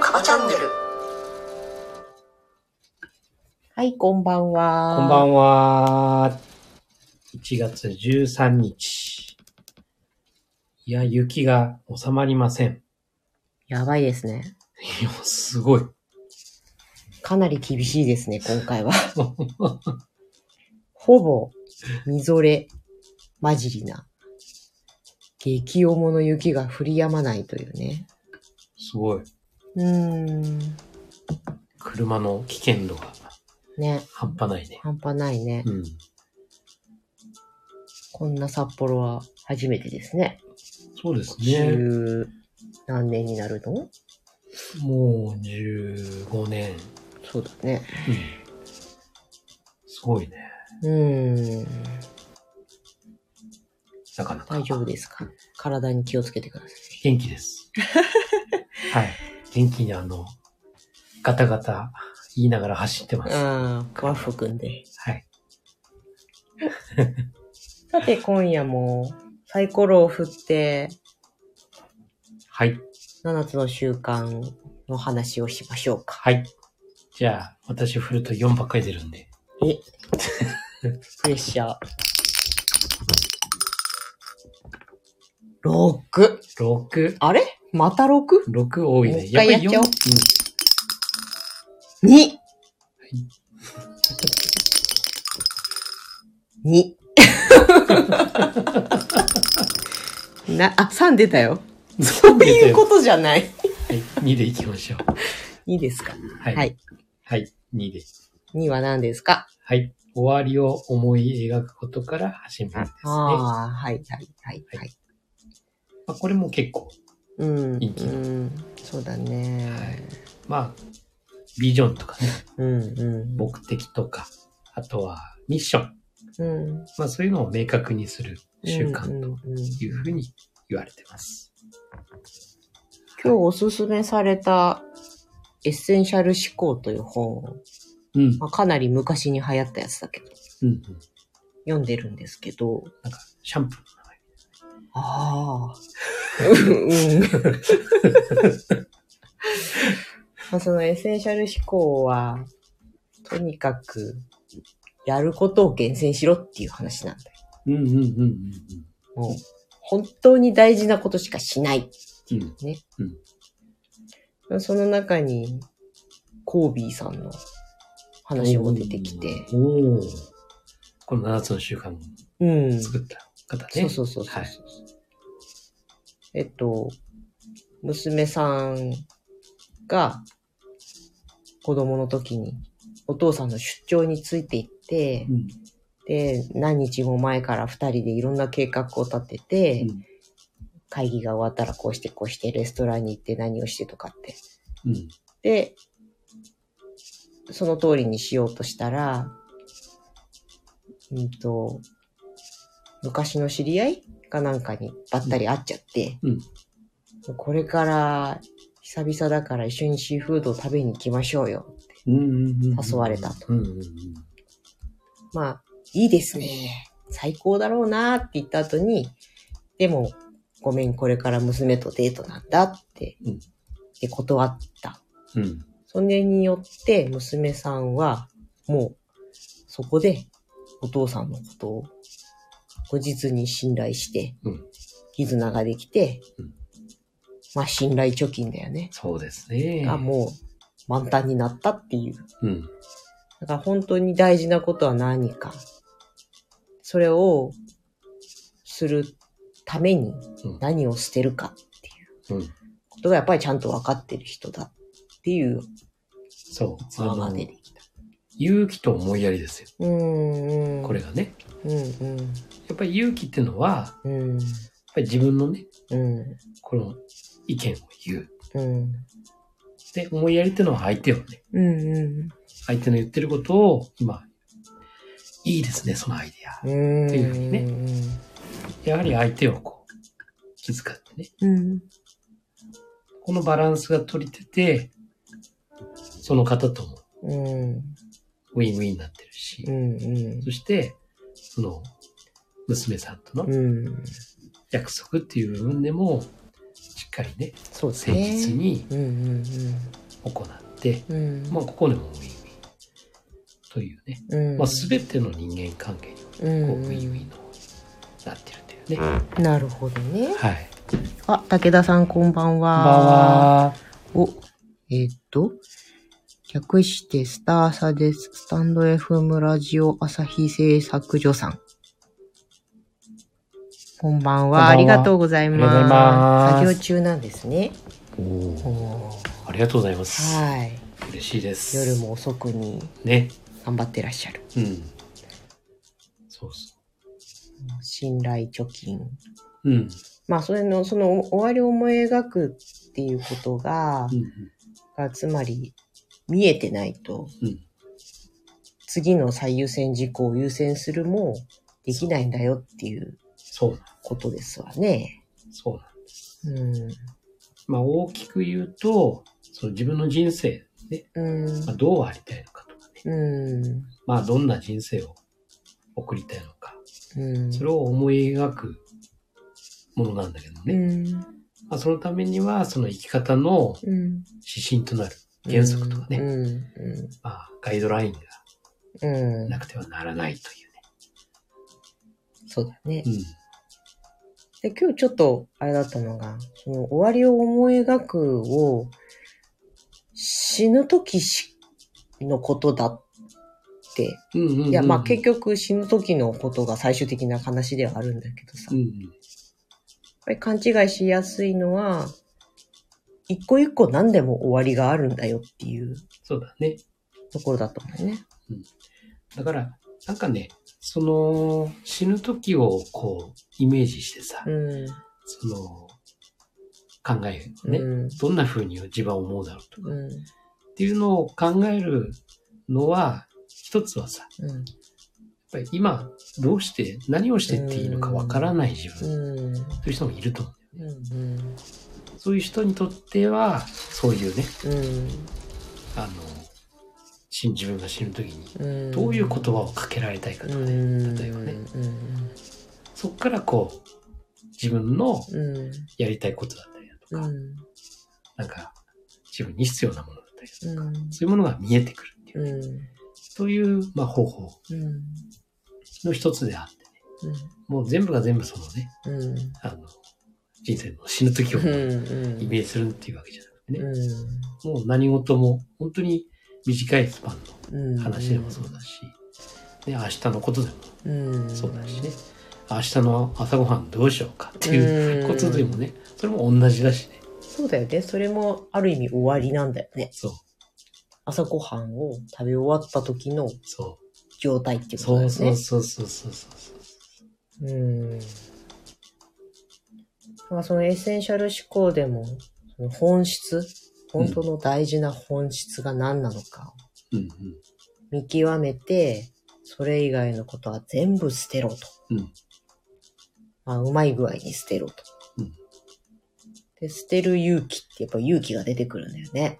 カバチャンネル。はい、こんばんは。こんばんは。1月13日。いや、雪が収まりません。やばいですね。いや、すごい。かなり厳しいですね、今回は。ほぼ、みぞれ、混じりな、激重の雪が降り止まないというね。すごい。うーん。車の危険度がね、半端ないね。半端ないね。うん。こんな札幌は初めてですね。そうですね。十何年になるのもう15年。そうだね。うん。すごいね。うーん。なかなか大。丈夫ですか体に気をつけてください。元気 です。はい。元気にあの、ガタガタ言いながら走ってます。ああ、ワッフ君で。はい。さて、今夜もサイコロを振って、はい。 7つの習慣の話をしましょうか。はい。じゃあ、私振ると4ばっかり出るんで。えプレッシャー。6! 6、あれまた 6?2! 6多いもうね。一回やっちゃおうぱり2 な、あ、3出たよ。 4そういうこはとじゃない。い、2でいきましょう。いいですかはい。ははいい。2で。 ?2 は何ですかはい。終わりを思い描くことから始めるんですね。まああ、はい、はい、はい、はい。あ、これも結構、うん。いい気う分ん。そうだね。はいまあ、ビジョンとかうね、ん、うん。目的とか、あとはミッション。うん。まあ、そういうのを明確にする習慣うとんうんうんいうふうに言われてます。今日おすすめされたエッセンシャル思考という本、うん。うんまあ、かなり昔に流行ったやつだけど、うん。読んでるんですけど、なんか、シャンプーの名前。ああ。うん。 まあそのエッセンシャル思考は、とにかく、やることを厳選しろっていう話なんだよ。うんうんうんうんうん。もう、本当に大事なことしかしない。うん。その中に、コービーさんの話も出てきて、おおー。この7つの習慣をうん。作った方そうね。そうそうそうそう、はいえっと、娘さんが子供の時にお父さんの出張について行って、うん。で、何日も前から二人でいろんな計画を立てて、うん会議が終わったらこうしてこうしてレストランに行って何をしてとかって。うん。で、その通りにしようとしたら、うんと、昔の知り合いかなんかにばったり会っちゃって、うんもうこれから久々だから一緒にシーフードを食べに行きましょうよ。うんうんうん。誘われたとうんうんうん。まあ、いいですね。最高だろうなって言った後に、でも、ごめん、これから娘とデートなんだって、うんで断った。うん。それによって娘さんは、もう、そこでお父さんのことを、後日に信頼してうん、絆ができて、うんまあ信頼貯金だよね。そうですね。がもう満タンになったっていう。うん。だから本当に大事なことは何か。それをするためにうん何を捨てるかっていううん。ことがやっぱりちゃんと分かってる人だっていうそう。逸話が出てきた。勇気と思いやりですよ。うんうんこれがね。うんやっぱり勇気っていうのは、うんうんやっぱり自分のね、うんこの意見を言う。うんで、思いやりっていうのは相手をね、うん相手の言ってることを、今、いいですね、そのアイディア。うんっていうふうにねやはり相手をこう、気遣ってね、うんこのバランスが取れてて、その方ともうん。ウィンウィンになってるし、うん。うんそして、その、娘さんとのうん。約束っていう部分でも、しっかりね、そうです誠ね。実にうんうん行って、うん。うん。まあ、ここでもウィンウィンというね、うん、まあ、すべての人間関係にうこんうウィンウィンのなってるっていうね。なるほどね。はい。あ、武田さんこんばんこんばんは。は。お、えーっと、略してスターサです。スタンド FM ラジオ朝日製作所さん。こんばんは。こんばんはありがとうございます。ありがとうござい作ます業中なんですね。おーはありがとうございます。い。嬉しいです。夜も遅くにね。頑張ってらっしゃる。うん。そうそ信頼貯金。う。うん。まあ、それの、その終わりを思い描くっていうことがう、んがつまり、見えてないと、うん。次の最優先事項を優先するも、できないんだよっていうそうなんことですわね。そうなんうん。まあ、大きく言うと、その自分の人生、ね、うんまあ、。どうありたいのかとかね。うん。まあ、どんな人生を送りたいのか。うん。それを思い描くものなんだけどね。うん。まあ、そのためには、その生き方のうん。指針となる原則とかね、うん。まあ、ガイドラインがうん。うんなくてはならないといそうだね。うね。で今日ちょっとあれだったのが、その終わりを思い描くを死ぬ時しのことだって。うん。うんうんうん、いや、まあ結局死ぬ時のことが最終的な話ではあるんだけどさ。うんやっうん。ぱり勘違いしやすいのは、一個一個何でも終わりがあるんだよっていうそうだね。ところだと思うね。だから、なんかね、その、死ぬ時をこう、イメージしてさ、うん。その、考えるね、うん。どんな風に自分は思うだろうとか、うっん。ていうのを考えるのは、一つはさ、うん。やっぱり今、どうして、何をしてっていいのかわからない自分、うん。という人もいると思う。うん。そういう人にとっては、そういうね、うん。あの、死ん自分が死ぬ時に、うん。どういう言葉をかけられたいかとかね、例えばね、そっからこう、自分のうんうんやりたいことだったりだとうか、んなんか、自分に必要なものだったりだとか、うんそういうものが見えてくるっていう、うんそういう、まあ、方法うんの一つであってね、もう全部が全部そのね、うんあの、人生の死ぬ時をイメうんージするっていうわけじゃなくてね、うもう何事も本当に短いスパンんの話でもそうだし、ね、明日のことでもうんそうだしね、明日の朝ごはんどうしようかっていうことでもね、それも同じだしね、そうだよねそれもある意味終わりなんだよねそう、朝ごはんを食べ終わった時のそう。状態っていうことそだようねそうそうそうそうそううんまあそのエッセンシャル思考でもその本質本当の大事な本質が何なのかう。うん見極めて、それ以外のことは全部捨てろと。うんまあ、うまい具合に捨てろと。うんで、捨てる勇気ってやっぱ勇気が出てくるんだよね。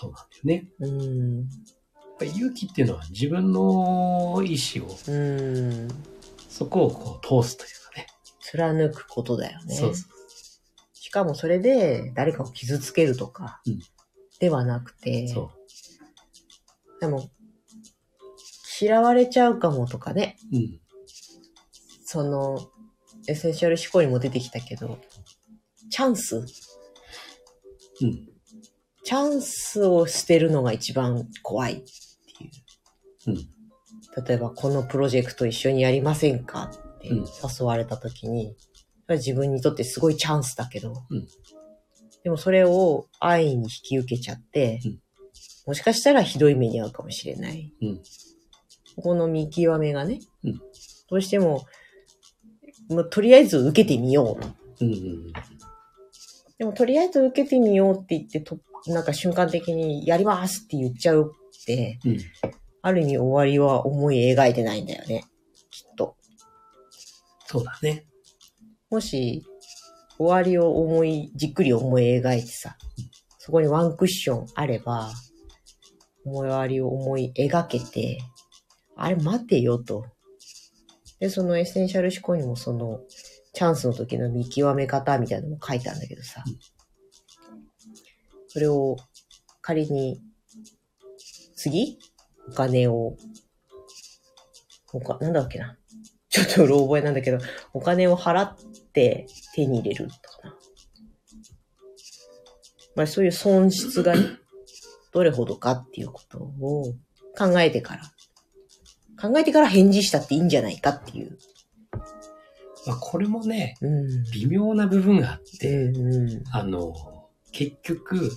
そうなんだよね。うん。やっぱり勇気っていうのは自分の意思を、うん。そこをこう通すというかね。貫くことだよね。そうそう。しかもそれで誰かを傷つけるとかうん、ではなくて、そでも、嫌われちゃうかもとかね、う。うん。その、エッセンシャル思考にも出てきたけど、チャンスうん。チャンスを捨てるのが一番怖いっていうん。う。例えば、このプロジェクト一緒にやりませんかってうん誘われた時に、それは自分にとってすごいチャンスだけど、うんでもそれを安易に引き受けちゃって、うんもしかしたらひどい目に遭うかもしれない。うんここの見極めがね、うんどうしても、もうとりあえず受けてみようとうん。うん。でも、とりあえず受けてみようって言ってと、なんか瞬間的にやりますって言っちゃうって、うん。ある意味終わりは思い描いてないんだよね。きっと。そうだね。もし、終わりを思い、じっくり思い描いてさ、そこにワンクッションあれば、思いやりを思い描けて、あれ待てよと。で、そのエッセンシャル思考にもその、チャンスの時の見極め方みたいなのも書いたんだけどさ、それを仮に、次お金を、おか、なんだっけな。ちょっとうろ覚えなんだけど、お金を払って手に入れるとかな。まあそういう損失がねどれほどかっていうことを考えてから、考えてから返事したっていいんじゃないかっていう。まあ、これもね、うん。微妙な部分があって、うん。あの、結局、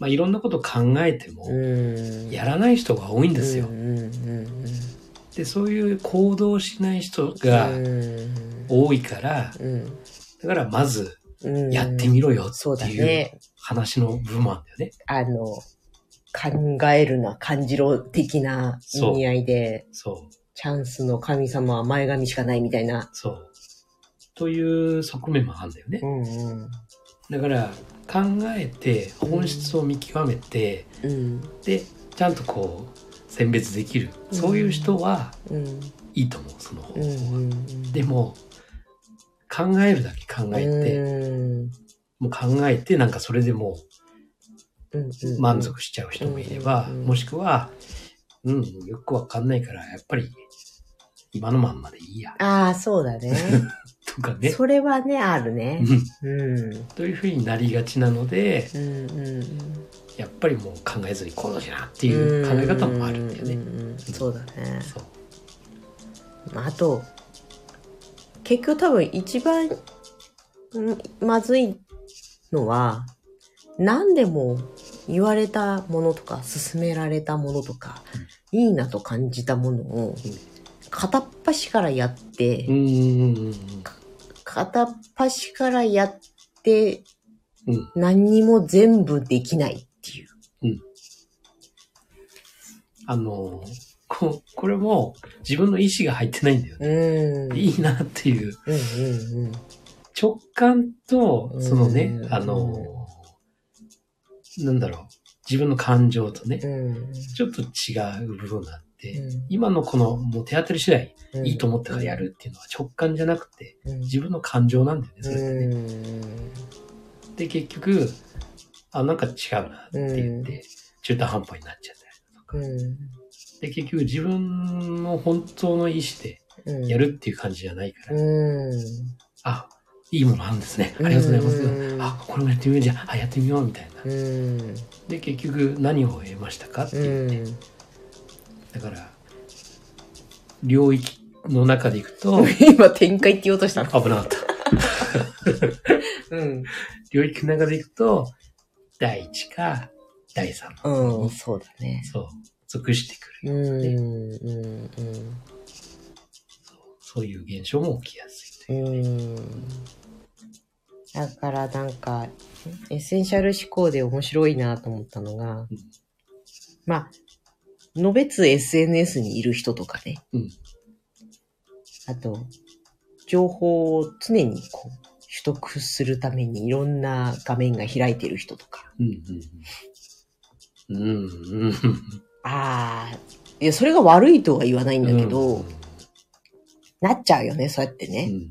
まあ、いろんなこと考えても、うん。やらない人が多いんるですよう。んうんうんうん。で、そういう行動しない人がうん多いから、うんだからまずうん。やってみろよそっうてだいうね。話の部分なんだよね。あの、考えるな、感じろ的な意味合いで、そう、チャンスの神様は前髪しかないみたいな。そう。という側面もあるんだよねう。んうん。だから考えて本質を見極めて、うん。で、ちゃんとこう選別できる。うんそういう人はうん。いいと思う、その方法うは。ん。でも、考えるだけ考えて、うんもう考えてなんかそれでもううんうん満足しちゃう人もいれば、うんもしくは、うん、よくわかんないから、やっぱり、今のまんまでいいや、ああ、そうだね。とかね。それはね、あるね。うんうん。というふうになりがちなので、うんうん。っやっぱりもう考えずにこうしなってていう考え方もあるんだよね。ね。そうだね。そう。まああと、結局多分一番うんまずいのは、何でも言われたものとか、勧められたものとか、いいなと感じたものを、片っ端からやって、うーん。片っ端からやって、うん何にも全部できないっていう。あの、ここれも自分の意思が入ってないんだよね。うん。いいなっていううんうんうん。直感と、そのねう、んあの、なんだろう、自分の感情とね、うんちょっと違う部分があって、うん今のこの、もう手当たり次第、うん。いいと思ったからやるっていうのは直感じゃなくて、うん。自分の感情なんだよね、それってね。うん。で、結局、あ、なんか違うなって言って、中途半端になっちゃったりとか。うんで、結局自分の本当の意思でうん。やるっていう感じじゃないから、うん。あ、いいものあるんですね。ありがとうございます。うんあ、これもやってみようじゃあ、あやってみようみたいな。うん。で、結局何を得ましたかっていうね。うん。だから、領域の中でいく と、今、展開って言おうとしたの。危なかった。うん。領域の中でいくと、第一か第三の、うん、そうだね。そう、属してくる。うん。うん。そうそういう現象も起きやすいとういん。う。うん。だから、なんか、エッセンシャル思考で面白いなと思ったのがうん、まあ、のべつ SNS にいる人とかね。うんあと、情報を常にこう、取得するためにいろんな画面が開いてる人とか。うんうんうん。うんああ、いや、それが悪いとは言わないんうだん。けど、うんなっちゃうよね、そうやってうね。ん。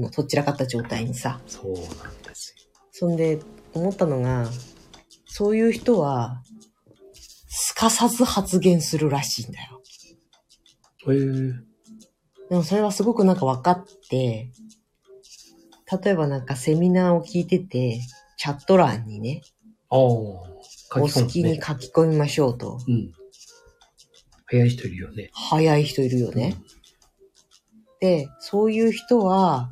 もうとっちらかった状態にさ。そうなんですそんで、思ったのが、そういう人は、すかさず発言するらしいんだよ。よ。へえー。でもそれはすごくなんか分かって、例えばなんかセミナーを聞いてて、チャット欄にね、ああ、お好書き込むきねに。書き込みましょうと。うん。早い人いるよね。早い人いるよね。で、そういう人は、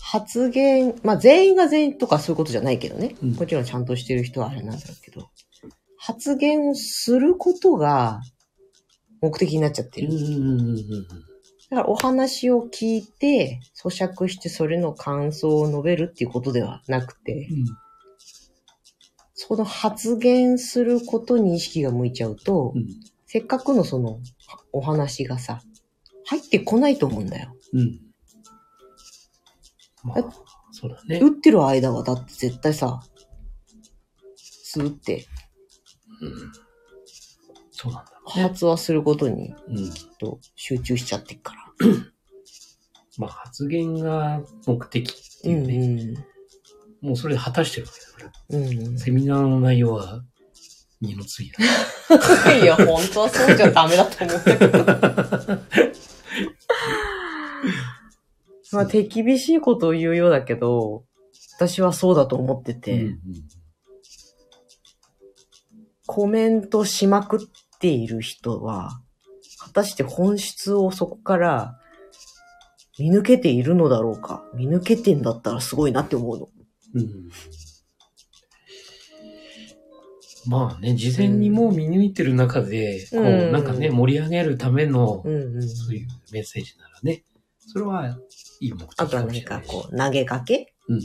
発言、まあ全員が全員とかそういうことじゃないけどね。うんもちろんちゃんとしてる人はあれなんだろうけど、発言をすることが目的になっちゃってうん。る。うんうんうんうん。だからお話を聞いて、咀嚼してそれの感想を述べるっていうことではなくて、その発言することに意識が向いちゃうと、うんせっかくのそのお話がさ、入ってこないと思うんだよ。うん。うん。まあ、そうだね。打ってる間はだって絶対さ、スーってうん。そうなんだろうね。発話することにうん。きっと集中しちゃってっから。まあ、発言が目的ってういうんね。うもうそれで果たしてるわけだから。ん。うん。セミナーの内容は二の次だ。 いや、本当はそうじゃダメだと思ったけど。 まあ、手厳しいことを言うようだけど、私はそうだと思ってて、うんコメントしまくっている人は、果たして本質をそこから見抜けているのだろうか。見抜けてんだったらすごいなって思うの。うんうんまあね、事前にもう見抜いてる中で、こう、うんなんかね、盛り上げるための、うんうん。そういうメッセージならね、それはいい目的あとはかも何しれなかいし。こう、投げかけうん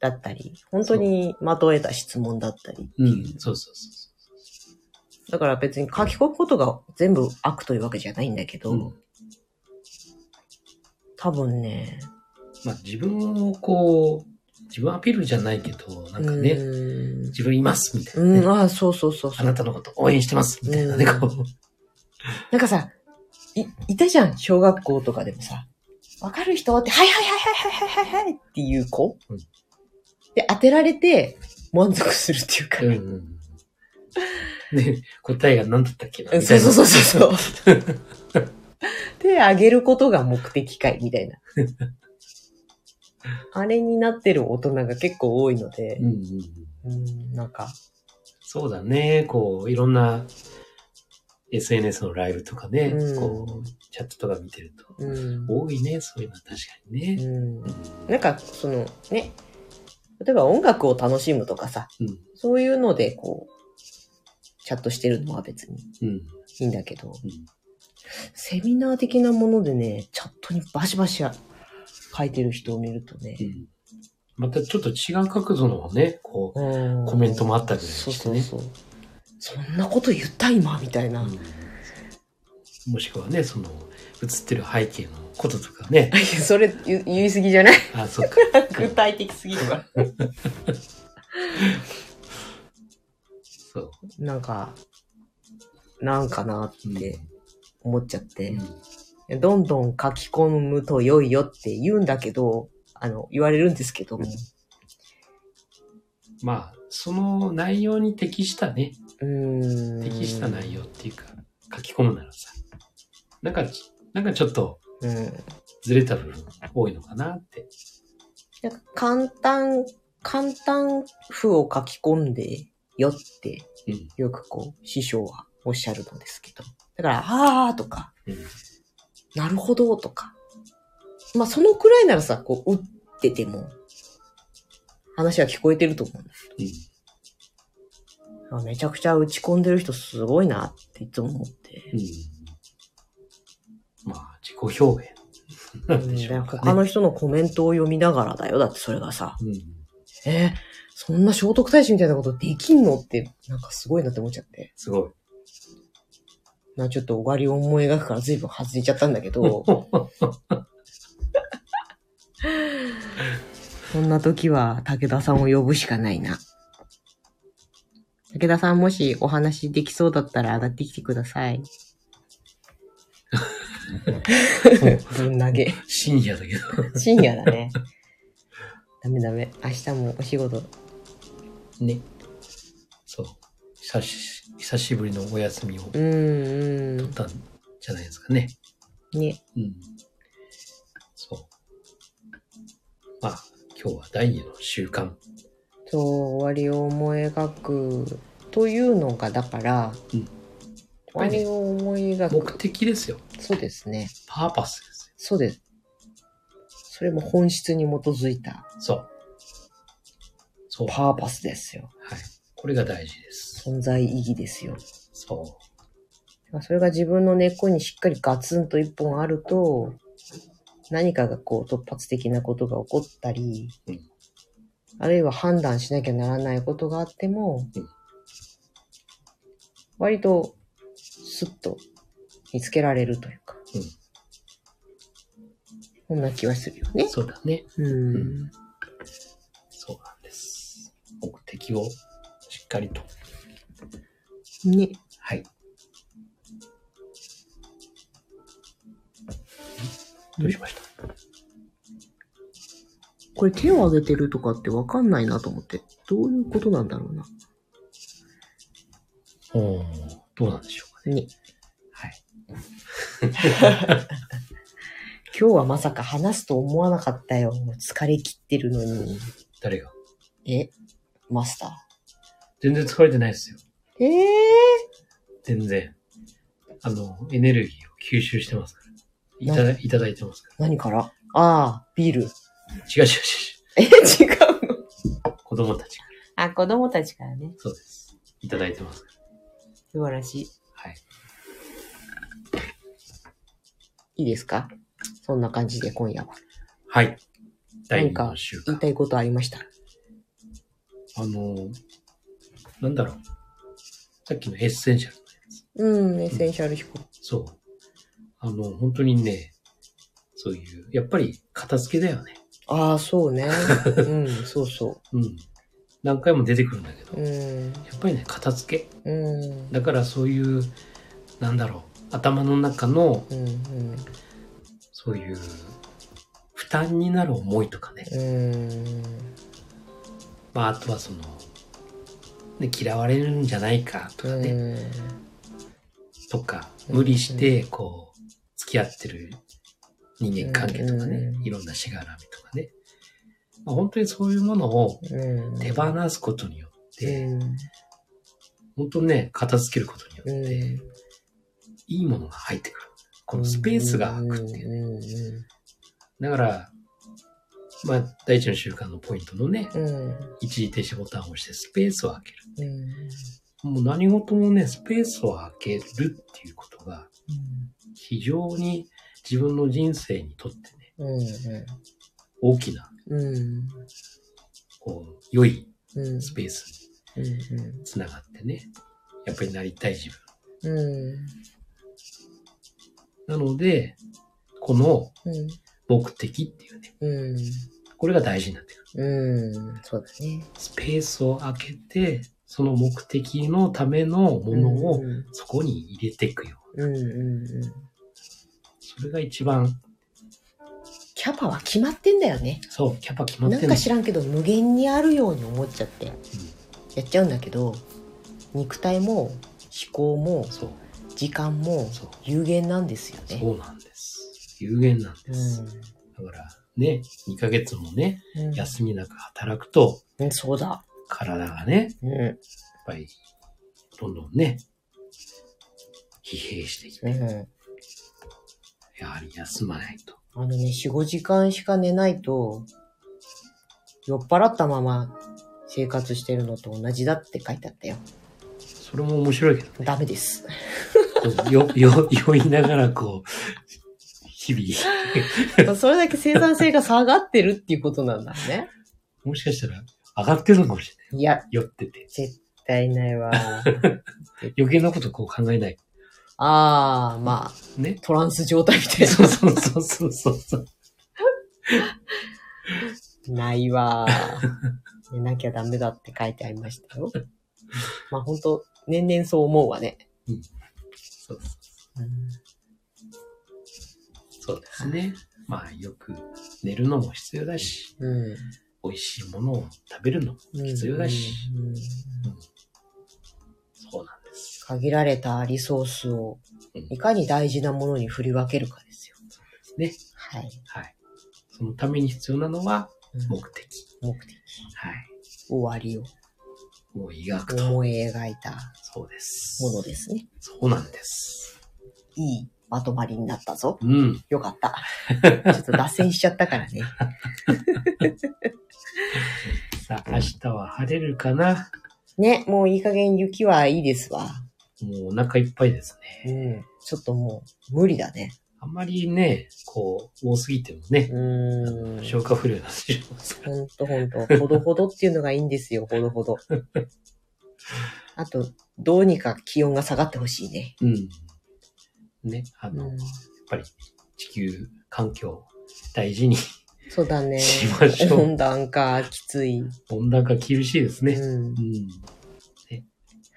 だったり、本当にまとえた質問だったり。うん、そうそうそだから別に書き込むことが全部悪というわけじゃないんだけど、う。うん多分ね、まあ自分をこう、自分アピールじゃないけど、なんかね、う自分いますみたいーな、ねん、うん、ああ、そうそうそうあそう。なたのこと応援してますみたいなね、うんこう。なんかさ、い、いたじゃん、小学校とかでもさ、わかる人って、はいはいはいはいはいはいはいはいっていう子、うんで、当てられて満足するっていうか、うんうん。ね、答えが何だったっけなうんみたそういなそうそうそうそう。 で、あげることが目的かい、みた いな。あれになってる大人が結構多いのでう、んうんうんうん、なんか、そうだね、こう、いろんな SNS のライブとかね、うんこう、チャットとか見てると、うん。多いね、そういうのは確かにうね。ん、なんか、そのね、例えば音楽を楽しむとかさ、うん。そういうので、こう、チャットしてるのは別にうん。いいんだけど、うんセミナー的なものでね、チャットにバシバシ書いてる人を見るとねう、ん。またちょっと違う角度のね、こう、うんコメントもあったりそうしてそうね。そう。そんなこと言った今みたいな。いうんもしくはね、その、映ってる背景のことと かね。やそれ言い言い過ぎじゃ ないあ、そっか。具体的すぎるわ。そう。なんか、なんかなって思っちゃって。うんどんどん書き込むと良いよって言うんだけど、あの、言われるんですけども。まあ、その内容に適したね、うーん。適した内容っていうか、書き込むならさ、なんか、なんかちょっとうん。ずれた部分多いのかなって。なんか簡単、簡単譜を書き込んでよって、うん。よくこう、師匠はおっしゃるのですけど。だから、あーとか、うんなるほどとか。まあ、そのくらいならさ、こう、打ってても、話は聞こえてると思うんだあめちゃくちゃ打ち込んでる人すごいなっていつも思って。うん。まあ、自己表現なんでしょううんか他ね。の人のコメントを読みながらだよ。だってそれがさ、うん。えーそんな聖徳太子みたいなことできんのって、なんかすごいなって思っちゃって。すごい。 まあちょっと終わりを思い描くから随分外れちゃったんだけ ど、そんな時は武田さんを呼ぶしかないな。武田さんもしお話できそうだったら上がってきてくださ い。ぶん投げ。深夜だけど。深夜だね。ダメダメ。明日もお仕事。ね。そう。久し、久しぶりのお休みを取うっんうたんじゃないですかね。ん。ね。うん。そう。まあ、今日は第二の習慣。そう、終わりを思い描くというのが、だから、うん終わりを思い描目く。的ですよ。そうですね。パーパスですそうです。それも本質に基づいたよ。そう。そう。はパーパスですよ。い。これが大事です。存在意義ですよ。そそれが自分の根っこにしっかりガツンと一本あると、何かがこう突発的なことが起こったりうん、あるいは判断しなきゃならないことがあってもうん、割とスッと見つけられるというか、うんそんな気はするよねう。。そうだね。うん。そうなんです。目的をしっかりとね。はい。どうしましたこれ手を挙げてるとかってわかんないなと思って。どういうことなんだろうな。おーどうなんでしょうかね。ね。はい。今日はまさか話すと思わなかったよ。疲れ切ってるのに。誰がえマスタ全然疲れてないですよ。ー。ええ全然。あの、エネルギーを吸収してますから。いただいただいてますから。何からああ、ビール。違う違う違え、違うのう。子供たちから。あ、子供たちからね。そうです。いただいてますか素晴らしい。ら。はい。いいですかそんな感じで今夜は。はい。第何2かの週言い間。たいことありました。あの、なんだろう。さっきのエッセンシャル。うん、エッセンシャル飛行。そう。あの、本当にね、そういう、やっぱり片付けだよね。ああ、そうね。うん、そうそうん。何回も出てくるんだけど、う。うん、やっぱりね、片付け。うん、だからそういう、なんだろう、頭の中の、うん、うん。そういう、負担になる思いとかね。うんまあ、あとはその、ね、嫌われるんじゃないかとかね、とか、無理して、こう、付き合ってる人間関係とかねう、んいろんなしがらみとかね。まあ、本当にそういうものをうん手放すことによって、うん本当ね、片付けることにようって、んいいものが入ってくる。このスペースが空くっていう。だから、まあ、第一の習慣のポイントのね、うんうん一時停止ボタンを押してスペースを開ける。うんうんもう何事もね、スペースを開けるっていうことが、非常に自分の人生にとってね、うん大きな、うんこう、良いうんスペースにうんつながってね、やっぱりなりたい自分。うんなので、このうん目的っていうね、うんこれが大事になってくる。うんそうだね。スペースを開けて、その目的のためのものをうんそこに入れていくよ。うんうん。それが一番、キャパは決まってんだよね。そう、キャパ決まっなてんなかい。知らんけど無限にあるように思っちゃってやっちゃうんだけど肉体も思考もうんそう、時間もそう、有限なんですよね。そうなんです。有限なんです。だから、ね、2ヶ月もね、うんうん休みなく働くと、うんそうだ。体がね、やっうん。ぱり、どんどんね、疲弊してきて、うん。やはり休まないと。あのね、4、5時間しか寝ないと、酔っ払ったまま生活してるのと同じだって書いてあったよ。それも面白いけ ど、ダメです。こうよ、よ、酔いながらこう、日々、それだけ生産性が下がってるっていうことなんだね。もしかしたら上がってるのかもしれない。いや、酔ってて。絶対ない わ。余計なことこう考えない。あー、まあ、 ね。トランス状態みたいそうそうそうそうそうそう。な。ないわ。寝なきゃダメだって書いてありましたよ。まあ本当年々そう思うわね。そうそうですね。まあ、よく寝るのも必要だし、うん。美味しいものを食べるのも必要だし。うん。うんそうなんです。限られたリソースをうんいかに大事なものに振り分けるかですよ。ね。はい。はい。そのために必要なのはうん目的。目的、はい。終わりをもう医学と。思い描いたそうです。ものですね。そうなんです。いいまとまりになったぞ。うん。よかった。 ちょっと脱線しちゃったからね。さあ、明日は晴れるかなね、もういい加減雪はいいですわ。もうお腹いっぱいですうね。ん。ちょっともう無理だね。あんまりね、こう、多すぎてもね、うーん。消化不良になってしまいますから。ほんとほんと。ほどほどっていうのがいいんですよ。ほどほ ど。あと、どうにか気温が下がってほしいね。うん。ね、あの、うんやっぱり地球環境を大事にそうだね。しましょう。温暖化、きつい。温暖化厳しいですね。うんう。ん。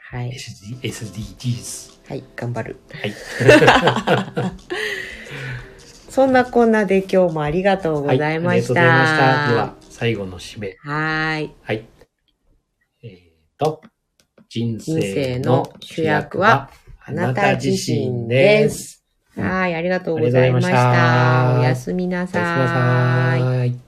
はい。 SD SDGs。はい、頑張る。 はい。そんなこんなで今日もありがとうございました。はいありがとうございました。では、最後の締め。はーい。はい。えー、と、人生生のの主主役役ははああななたた自自身身でですす。はーい、ありがとうございましありがとうた。ございましたおやすみなおやさすみなさーい。ーい。